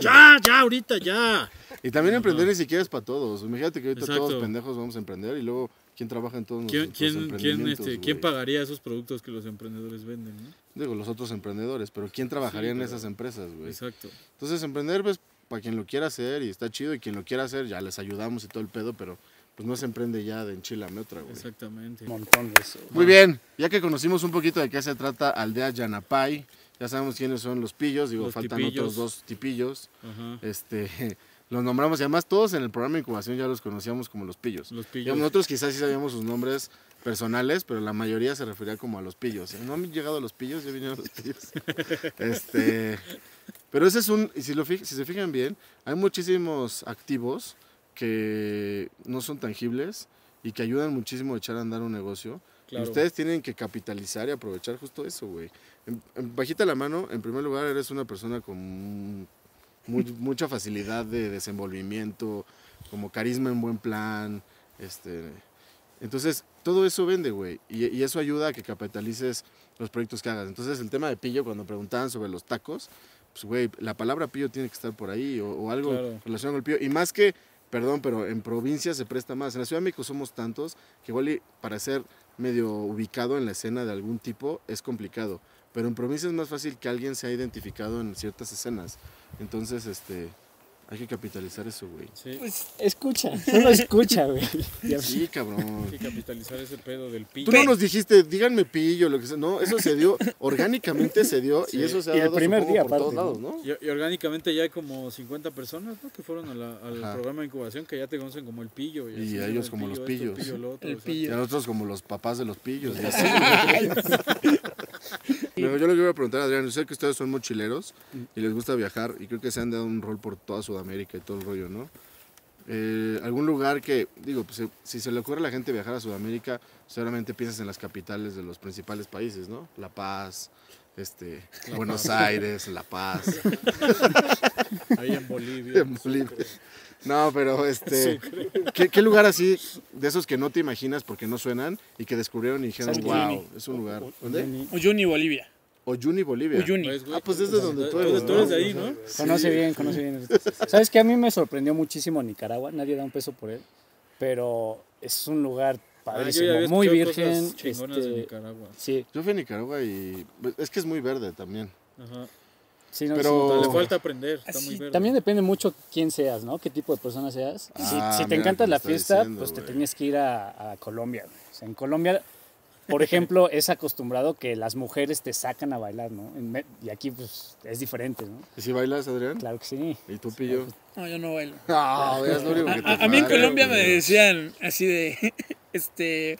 Speaker 2: Ya, ya, ahorita, ya.
Speaker 1: Y también emprender ni siquiera es para todos. Imagínate que ahorita
Speaker 2: Exacto.
Speaker 1: todos pendejos vamos a emprender y luego, ¿quién trabaja en todos
Speaker 2: ¿Quién,
Speaker 1: nuestros
Speaker 2: quién, quién,
Speaker 1: emprendimientos,
Speaker 2: este, ¿quién
Speaker 1: güey?
Speaker 2: pagaría esos productos que los emprendedores venden? ¿no?
Speaker 1: Digo, los otros emprendedores, pero ¿quién trabajaría en esas empresas, güey?
Speaker 2: Exacto.
Speaker 1: Entonces, emprender, pues, para quien lo quiera hacer y está chido, y quien lo quiera hacer, ya les ayudamos y todo el pedo, pero pues no se emprende ya de enchilame otra, güey.
Speaker 2: Exactamente.
Speaker 5: montón de eso.
Speaker 1: Muy bien, ya que conocimos un poquito de qué se trata Aldea Yanapay, ya sabemos quiénes son los pillos, digo,
Speaker 2: Los
Speaker 1: faltan
Speaker 2: tipillos.
Speaker 1: otros dos tipillos.
Speaker 2: Ajá.
Speaker 1: Este, [LAUGHS] los nombramos, y además todos en el programa de incubación ya los conocíamos como los pillos.
Speaker 2: Los pillos.
Speaker 1: Digamos, nosotros quizás sí sabíamos sus nombres personales, pero la mayoría se refería como a los pillos. No han llegado a los pillos, ya vinieron los
Speaker 2: [LAUGHS]
Speaker 1: pillos. este, pero ese es un, y si, lo fij- si se fijan bien, hay muchísimos activos que no son tangibles y que ayudan muchísimo a echar a andar un negocio.
Speaker 2: Claro.
Speaker 1: Y ustedes tienen que capitalizar y aprovechar justo eso, güey. En- en- bajita la mano, en primer lugar, eres una persona con mu- mucha facilidad de desenvolvimiento, como carisma en buen plan, este... Entonces, todo eso vende, güey, y, y eso ayuda a que capitalices los proyectos que hagas. Entonces, el tema de pillo, cuando preguntaban sobre los tacos, pues, güey, la palabra pillo tiene que estar por ahí o, o algo
Speaker 2: Claro.
Speaker 1: relacionado con el pillo. Y más que, perdón, pero en provincia se presta más. En la Ciudad de México somos tantos que igual y para ser medio ubicado en la escena de algún tipo es complicado. Pero en provincia es más fácil que alguien se ha identificado en ciertas escenas. Entonces, este, hay que capitalizar eso, güey.
Speaker 2: Sí,
Speaker 5: Pues escucha, solo escucha, [LAUGHS] güey. Ya-
Speaker 1: Sí, cabrón.
Speaker 2: hay que capitalizar ese pedo del pillo.
Speaker 1: Tú no nos dijiste, díganme pillo, lo que sea. No, eso se
Speaker 5: [LAUGHS]
Speaker 1: dio, orgánicamente se dio y eso se ha
Speaker 5: Y el
Speaker 1: dado
Speaker 5: primer
Speaker 1: supongo,
Speaker 5: día,
Speaker 1: por todos
Speaker 5: aparte, ¿no?
Speaker 1: lados, ¿no?
Speaker 2: Y, y orgánicamente ya hay como 50 personas ¿no? que fueron a la- al
Speaker 1: Ajá.
Speaker 2: programa de incubación que ya te conocen como el pillo.
Speaker 1: Y
Speaker 2: así,
Speaker 1: a
Speaker 2: ¿no?
Speaker 1: ellos
Speaker 2: El
Speaker 1: como los
Speaker 2: pillo,
Speaker 1: pillos.
Speaker 2: esto, El pillo, lo otro,
Speaker 4: El
Speaker 2: o sea,
Speaker 1: Y
Speaker 4: pillo.
Speaker 1: a nosotros como los papás de los
Speaker 5: [LAUGHS]
Speaker 1: pillos. y así. [LAUGHS] Pero yo lo que iba a preguntar, Adrián, yo sé que ustedes son mochileros y les gusta viajar y creo que se han dado un rol por toda Sudamérica y todo el rollo, ¿no? Eh, algún lugar que, digo, pues, se- si se le ocurre a la gente viajar a Sudamérica, seguramente piensas en las capitales de los principales países, ¿no? La Paz, este, Buenos Aires, La Paz,
Speaker 2: Ahí
Speaker 1: [LAUGHS]
Speaker 2: en Bolivia.
Speaker 1: en Bolivia. No, pero este, ¿qué, qué lugar así de esos que no te imaginas porque no suenan y que descubrieron y dijeron,
Speaker 5: ¿Sabes qué?
Speaker 1: wow, es un lugar? ¿Dónde?
Speaker 4: Uyuni, Bolivia.
Speaker 1: Oyuni, Bolivia.
Speaker 4: Uyuni.
Speaker 1: Ah, pues desde donde tú eres,
Speaker 2: Tú
Speaker 1: ¿no?
Speaker 2: eres de ahí, ¿no? Ah,
Speaker 5: Conoce bien, conoce bien. ¿Sabes que A mí me sorprendió muchísimo Nicaragua, nadie da un peso por él, pero es un lugar
Speaker 2: Ah, yo ya
Speaker 5: padrísimo,
Speaker 2: había
Speaker 5: muy
Speaker 2: escuchado cosas
Speaker 5: virgen.
Speaker 2: Chingonas de
Speaker 5: este,
Speaker 2: Nicaragua.
Speaker 5: sí,
Speaker 1: Yo fui a Nicaragua y pues, es que es muy verde también.
Speaker 2: Ajá.
Speaker 5: sí, no,
Speaker 1: Pero-
Speaker 5: sí, no, todo
Speaker 2: Le
Speaker 1: Oh.
Speaker 2: falta aprender, está
Speaker 4: Así
Speaker 2: muy verde.
Speaker 5: También depende mucho quién seas, ¿no? Qué tipo de persona seas.
Speaker 1: Ah, mira
Speaker 5: si, si te
Speaker 1: lo que
Speaker 5: encanta
Speaker 1: me
Speaker 5: la
Speaker 1: está
Speaker 5: fiesta,
Speaker 1: diciendo,
Speaker 5: pues te
Speaker 1: güey.
Speaker 5: tenías que ir a, a Colombia. güey. O sea, en Colombia
Speaker 6: por
Speaker 2: [LAUGHS]
Speaker 6: ejemplo, es acostumbrado que las mujeres te sacan a bailar, ¿no? En me- Y aquí, pues, es diferente, ¿no?
Speaker 1: ¿Y si bailas, Adrián?
Speaker 6: Claro que sí.
Speaker 1: ¿Y tú, Pillo?
Speaker 4: No, yo no bailo.
Speaker 1: [LAUGHS] Ah, veas lo único que te
Speaker 4: pues. A, a mí en
Speaker 1: falta,
Speaker 4: Colombia me
Speaker 1: güey.
Speaker 4: decían así de, [LAUGHS] este,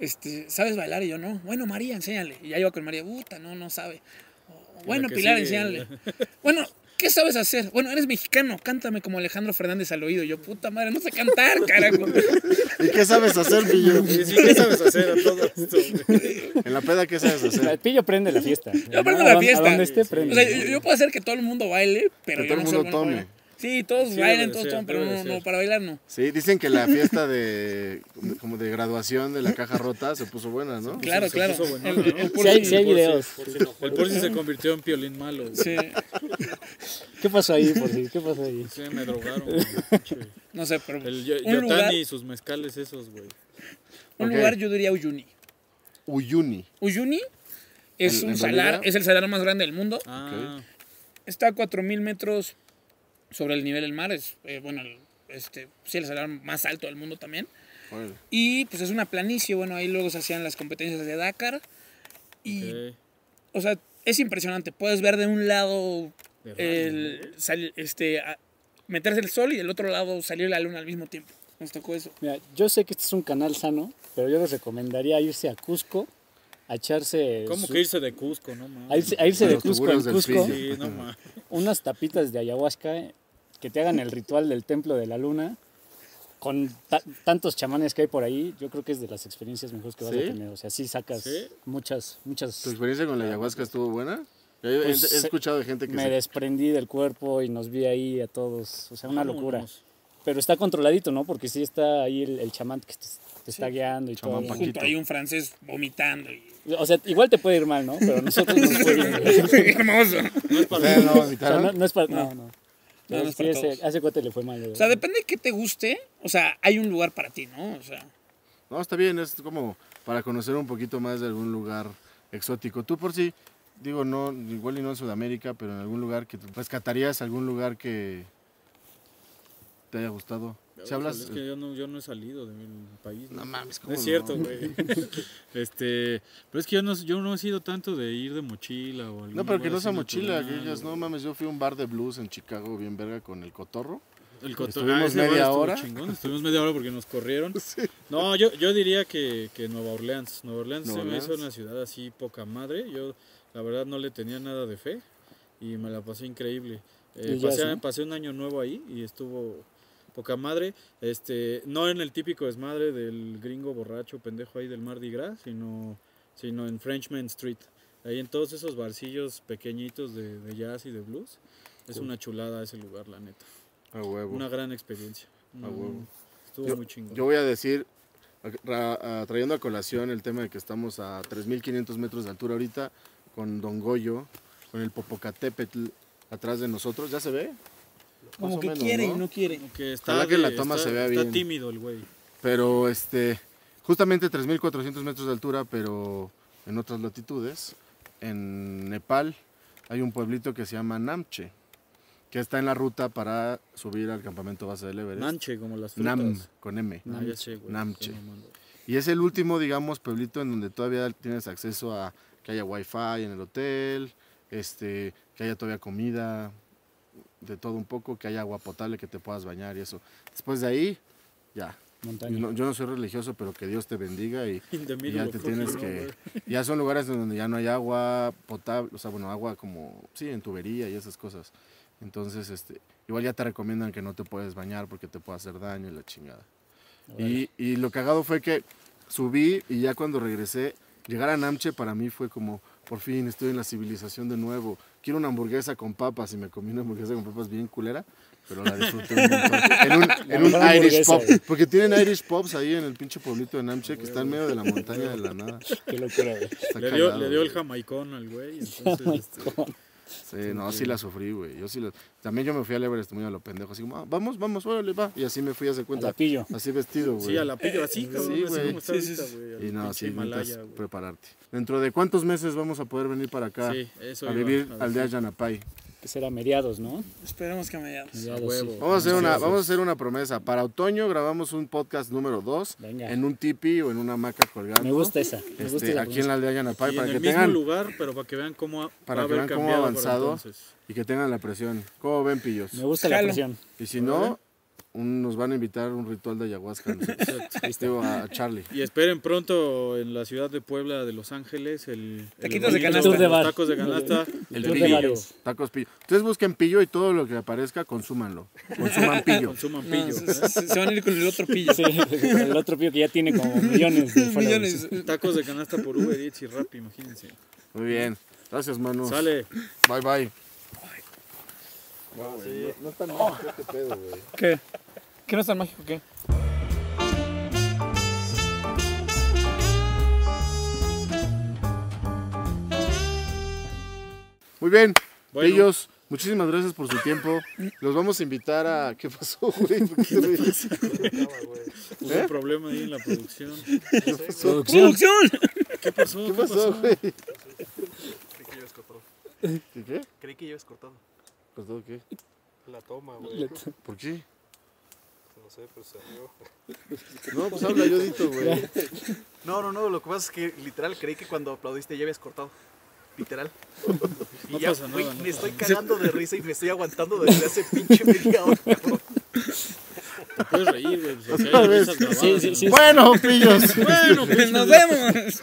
Speaker 4: este, ¿sabes bailar? Y yo no. Bueno, María, enséñale. Y ya iba con María, puta, no, no sabe. O, bueno,
Speaker 2: que
Speaker 4: Pilar,
Speaker 2: sigue.
Speaker 1: [LAUGHS]
Speaker 4: enséñale. Bueno, ¿qué sabes hacer? Bueno, eres mexicano, cántame como Alejandro Fernández al oído. Y yo, puta madre, no sé cantar,
Speaker 1: [LAUGHS]
Speaker 4: carajo.
Speaker 1: ¿Y qué sabes
Speaker 4: [LAUGHS]
Speaker 1: hacer, Pillo?
Speaker 2: Sí, sí, ¿Qué sabes hacer a todo esto? güey?
Speaker 1: En la peda, ¿qué sabes hacer?
Speaker 6: El pillo prende la fiesta.
Speaker 4: Yo prendo
Speaker 6: ¿A
Speaker 4: la
Speaker 6: dónde-
Speaker 4: fiesta.
Speaker 6: A donde esté, prende.
Speaker 4: O sea, yo, yo puedo hacer que todo el mundo baile, pero
Speaker 1: Que
Speaker 4: yo
Speaker 1: todo el
Speaker 4: no
Speaker 1: mundo
Speaker 4: soy bueno
Speaker 1: tome.
Speaker 4: para bailar. Sí, todos
Speaker 2: Sí, debe
Speaker 4: bailan,
Speaker 2: de
Speaker 4: todos
Speaker 2: ser,
Speaker 4: toman, pero
Speaker 2: debe de
Speaker 4: no, no,
Speaker 2: ser.
Speaker 4: para bailar no.
Speaker 1: Sí, dicen que la fiesta de como de graduación de la caja rota se puso buena, ¿no?
Speaker 4: Claro,
Speaker 2: se
Speaker 4: claro.
Speaker 2: puso bueno,
Speaker 4: El-
Speaker 2: ¿no?
Speaker 4: el- el
Speaker 6: Sí hay, sí hay
Speaker 2: Por si-
Speaker 6: videos.
Speaker 2: por si no, El Porci se convirtió en piolín malo. güey.
Speaker 4: Sí,
Speaker 6: ¿Qué pasó ahí, por si? ¿Qué pasó ahí?
Speaker 2: Sí, me drogaron.
Speaker 4: [LAUGHS]
Speaker 2: güey.
Speaker 4: no sé, pero
Speaker 2: El Yo-
Speaker 4: un, lugar,
Speaker 2: Yotani y sus mezcales esos, güey.
Speaker 4: un
Speaker 1: Ok.
Speaker 4: lugar yo diría Uyuni.
Speaker 1: Uyuni.
Speaker 4: Uyuni es
Speaker 1: ¿En-
Speaker 4: un
Speaker 1: en
Speaker 4: salar,
Speaker 1: Bolivia?
Speaker 4: es el salar más grande del mundo.
Speaker 2: Ah,
Speaker 4: Está a 4000 metros sobre el nivel del mar, es eh, bueno, el- este, sí el salar más alto del mundo también.
Speaker 1: Órale.
Speaker 4: Y pues es una planicie, bueno, ahí luego se hacían las competencias de Dakar y
Speaker 2: ok.
Speaker 4: o sea, es impresionante, puedes ver de un lado
Speaker 2: De
Speaker 4: el sal- este a- meterse el sol y del otro lado salir la luna al mismo tiempo. Nos tocó eso.
Speaker 6: Mira, yo sé que este es un canal sano, pero yo les recomendaría irse a Cusco, a echarse.
Speaker 2: ¿Cómo
Speaker 6: su-
Speaker 2: que irse de Cusco, no mames?
Speaker 6: A irse, a irse
Speaker 1: A
Speaker 6: de
Speaker 1: los
Speaker 6: Cusco en
Speaker 1: tiburones del
Speaker 6: Cusco,
Speaker 1: Fiji.
Speaker 2: Sí, no mames.
Speaker 6: unas tapitas de ayahuasca eh, que te hagan el ritual del templo de la luna. Con ta- tantos chamanes que hay por ahí, yo creo que es de las experiencias mejores que vas
Speaker 1: ¿Sí?
Speaker 6: a tener. O sea, sí sacas
Speaker 2: ¿Sí?
Speaker 6: muchas, muchas.
Speaker 1: ¿Tu experiencia con la ayahuasca estuvo buena? Ya He,
Speaker 6: Pues,
Speaker 1: he
Speaker 6: se-
Speaker 1: escuchado de gente que
Speaker 6: Me
Speaker 1: se- [LAUGHS]
Speaker 6: desprendí del cuerpo y nos vi ahí a todos. O sea, una locura.
Speaker 2: Vámonos.
Speaker 6: Pero está controladito, ¿no? Porque sí está ahí el, el chamán que te, te está guiando y
Speaker 1: Chamán
Speaker 6: todo.
Speaker 4: Junto ahí un francés vomitando y [LAUGHS]
Speaker 6: O sea, igual te puede ir mal, ¿no? Pero a nosotros nos fue bien.
Speaker 4: hermoso.
Speaker 2: [LAUGHS]
Speaker 1: ¿Ustedes
Speaker 6: [LAUGHS]
Speaker 1: no
Speaker 6: O sea,
Speaker 1: vomitaron?
Speaker 6: no, no es para. No, no. Pero
Speaker 4: no es
Speaker 6: sí,
Speaker 4: para
Speaker 6: ese-
Speaker 4: todos.
Speaker 6: a ese cuate le fue mal.
Speaker 4: O sea, depende de qué te guste. O sea, hay un lugar para ti, ¿no? O sea,
Speaker 1: No, está bien, es como para conocer un poquito más de algún lugar exótico. Tú por sí, digo, no, igual y no en Sudamérica, pero en algún lugar que te- rescatarías, algún lugar que te haya gustado. Si hablas... eh,
Speaker 2: Es que yo no, yo no he salido de mi país.
Speaker 1: No mames,
Speaker 2: No
Speaker 1: ¿cómo
Speaker 2: es cierto,
Speaker 1: no?
Speaker 2: güey. [LAUGHS] este, pero es que yo no, yo no he sido tanto de ir de mochila o algo.
Speaker 1: No, pero que no sea mochila, que digas, no mames, yo fui a un bar de blues en Chicago, bien verga, con el cotorro.
Speaker 2: El coto-
Speaker 1: Estuvimos
Speaker 2: ah, ese bar
Speaker 1: media
Speaker 2: estuvo
Speaker 1: hora.
Speaker 2: chingón, Estuvimos media hora porque nos
Speaker 1: [LAUGHS]
Speaker 2: corrieron. No, yo, yo diría que, que Nueva Orleans. Nueva Orleans
Speaker 1: Nueva
Speaker 2: se me hizo
Speaker 1: Orleans.
Speaker 2: una ciudad así poca madre. Yo, la verdad, no le tenía nada de fe y me la pasé increíble. Eh,
Speaker 6: Y ya,
Speaker 2: pasé,
Speaker 6: ¿sí?
Speaker 2: pasé un año nuevo ahí y estuvo poca madre. Este, no en el típico desmadre del gringo borracho pendejo ahí del Mardi Gras, sino, sino en Frenchman Street. Ahí en todos esos barcillos pequeñitos de, de jazz y de blues. Es una chulada ese lugar, la neta.
Speaker 1: A huevo.
Speaker 2: Una gran experiencia. Mm,
Speaker 1: A huevo.
Speaker 2: Estuvo muy chingón.
Speaker 1: Yo voy a decir, ra- a- trayendo a colación el tema de que estamos a 3.500 metros de altura ahorita, con Don Goyo, con el Popocatépetl atrás de nosotros, ¿ya se ve? Más
Speaker 4: como
Speaker 1: o
Speaker 4: que
Speaker 1: menos,
Speaker 4: quiere
Speaker 1: ¿no?
Speaker 4: y no quiere.
Speaker 2: Que está
Speaker 1: Ojalá que
Speaker 2: de-
Speaker 1: la toma
Speaker 2: está-
Speaker 1: se vea bien.
Speaker 2: Está tímido el güey.
Speaker 1: Pero este, justamente 3.400 metros de altura, pero en otras latitudes, en Nepal hay un pueblito que se llama Namche, que está en la ruta para subir al campamento base del Everest.
Speaker 2: Nanche, como las frutas.
Speaker 1: Nam, con M.
Speaker 2: Ah, ya sé, güey.
Speaker 1: Namche.
Speaker 2: Estoy mamando.
Speaker 1: Y es el último, digamos, pueblito en donde todavía tienes acceso a que haya wifi en el hotel, este, que haya todavía comida, de todo un poco, que haya agua potable, que te puedas bañar y eso. Después de ahí, ya.
Speaker 6: Montaña.
Speaker 1: No- yo no soy religioso, pero que Dios te bendiga y,
Speaker 2: In the
Speaker 1: y
Speaker 2: middle
Speaker 1: ya
Speaker 2: of
Speaker 1: te
Speaker 2: fucking
Speaker 1: tienes que...
Speaker 2: nowhere.
Speaker 1: Ya son lugares en donde ya no hay agua potable, o sea, bueno, agua como, sí, en tubería y esas cosas. Entonces, este, igual ya te recomiendan que no te puedes bañar porque te puede hacer daño y la chingada. Y, y lo cagado fue que subí y ya cuando regresé, llegar a Namche para mí fue como, por fin estoy en la civilización de nuevo. Quiero una hamburguesa con papas y me comí una hamburguesa con papas bien culera, pero la disfruté un montón. En un, en un
Speaker 6: mejor
Speaker 1: Irish
Speaker 6: hamburguesa,
Speaker 1: pub.
Speaker 6: güey.
Speaker 1: Porque tienen Irish pubs ahí en el pinche pueblito de Namche que está en medio de la montaña de la nada.
Speaker 6: Qué locura, güey.
Speaker 1: Está
Speaker 2: Le dio,
Speaker 1: cagado,
Speaker 2: le dio el
Speaker 1: güey.
Speaker 2: jamaicón al
Speaker 1: [LAUGHS]
Speaker 2: güey. Entonces, este,
Speaker 1: Sí, no, sí la sufrí, güey. Yo sí la- También yo me fui al Everest muy a lo pendejo, así como, "Ah, vamos, vamos, órale, va. Y así me fui, hace
Speaker 6: A la
Speaker 1: cuenta.
Speaker 6: pillo.
Speaker 1: Así vestido, güey.
Speaker 2: sí, a la pillo así, cabrón.
Speaker 1: Sí,
Speaker 2: así
Speaker 1: güey.
Speaker 2: como está ahorita, güey. al
Speaker 1: Y no,
Speaker 2: pinche
Speaker 1: sí,
Speaker 2: Himalaya,
Speaker 1: necesitas
Speaker 2: güey.
Speaker 1: prepararte. ¿Dentro de cuántos meses vamos a poder venir para acá
Speaker 2: Sí, eso
Speaker 1: a
Speaker 2: iba
Speaker 1: vivir
Speaker 2: a
Speaker 1: aldea
Speaker 2: decir.
Speaker 1: Yanapay?
Speaker 5: que será mediados, ¿no?
Speaker 4: Esperemos que a mediados.
Speaker 5: Mediados,
Speaker 2: huevo.
Speaker 5: sí.
Speaker 1: Vamos a, hacer una, vamos a hacer una promesa. Para otoño grabamos un podcast número 2
Speaker 5: Venga.
Speaker 1: en un tipi o en una hamaca colgando.
Speaker 5: Me gusta esa. Me gusta
Speaker 1: Este,
Speaker 5: esa
Speaker 1: aquí en la aldea Yanapay
Speaker 2: Y
Speaker 1: para
Speaker 2: en
Speaker 1: que
Speaker 2: el mismo
Speaker 1: tengan
Speaker 2: lugar, pero para que vean cómo ha,
Speaker 1: para
Speaker 2: va a
Speaker 1: que
Speaker 2: haber
Speaker 1: vean cómo ha
Speaker 2: cambiado para
Speaker 1: avanzado.
Speaker 2: entonces.
Speaker 1: y que tengan la presión. ¿Cómo ven pillos?
Speaker 5: Me gusta la
Speaker 4: Jalo.
Speaker 5: presión.
Speaker 1: Y si no, un- nos van a invitar a un ritual de
Speaker 2: [LAUGHS]
Speaker 1: ayahuasca. no sé. Digo, a Charlie.
Speaker 2: Y esperen pronto en la ciudad de Puebla de Los Ángeles el... el
Speaker 4: Taquitos de
Speaker 2: evento,
Speaker 4: canasta.
Speaker 5: Tour de
Speaker 2: los
Speaker 5: bar.
Speaker 2: Tacos de canasta.
Speaker 1: El
Speaker 5: Tour de
Speaker 1: pillo.
Speaker 5: bares.
Speaker 1: Tacos pillo. Ustedes busquen pillo y todo lo que aparezca, consúmanlo. Consuman pillo.
Speaker 2: Consuman
Speaker 4: No,
Speaker 2: pillo. ¿eh?
Speaker 4: se, se- se van a ir con el otro pillo.
Speaker 6: [LAUGHS]
Speaker 5: [LAUGHS] Sí, el otro pío que ya tiene como millones de followers.
Speaker 4: Millones.
Speaker 2: Tacos de canasta por Uber Eats y Rappi, imagínense.
Speaker 1: Muy bien. Gracias, Manu.
Speaker 2: Sale.
Speaker 1: Bye, bye.
Speaker 4: ¿Qué? ¿Qué no es tan mágico? ¿Qué?
Speaker 1: Muy bien.
Speaker 2: Bueno.
Speaker 1: Pillos, muchísimas gracias por su tiempo. Los vamos a invitar a. ¿Qué pasó, güey? ¿Por qué, güey?
Speaker 2: Hubo pues, un problema ahí en la producción.
Speaker 4: ¡Producción!
Speaker 2: ¿Qué pasó?
Speaker 1: ¿Qué pasó, güey? ¿Qué qué?
Speaker 7: Creí que llevas cortado.
Speaker 1: ¿Cortado qué?
Speaker 7: La toma, güey.
Speaker 1: ¿Por qué?
Speaker 7: No sé, pero salió.
Speaker 1: No, pues habla yo dito, güey.
Speaker 7: No, no, no. Lo que pasa es que literal creí que cuando aplaudiste ya habías cortado. Literal.
Speaker 2: No
Speaker 7: Y ya,
Speaker 2: pasa nada,
Speaker 7: güey,
Speaker 2: no
Speaker 7: me
Speaker 2: pasa
Speaker 7: estoy cagando de risa y me estoy aguantando desde hace pinche media hora. cabrón.
Speaker 2: Te puedes reír, güey. pues, acá hay risas grabadas,
Speaker 5: Sí, sí,
Speaker 2: ¿no?
Speaker 5: sí.
Speaker 1: Bueno, pillos.
Speaker 4: [LAUGHS] ¡Nos vemos!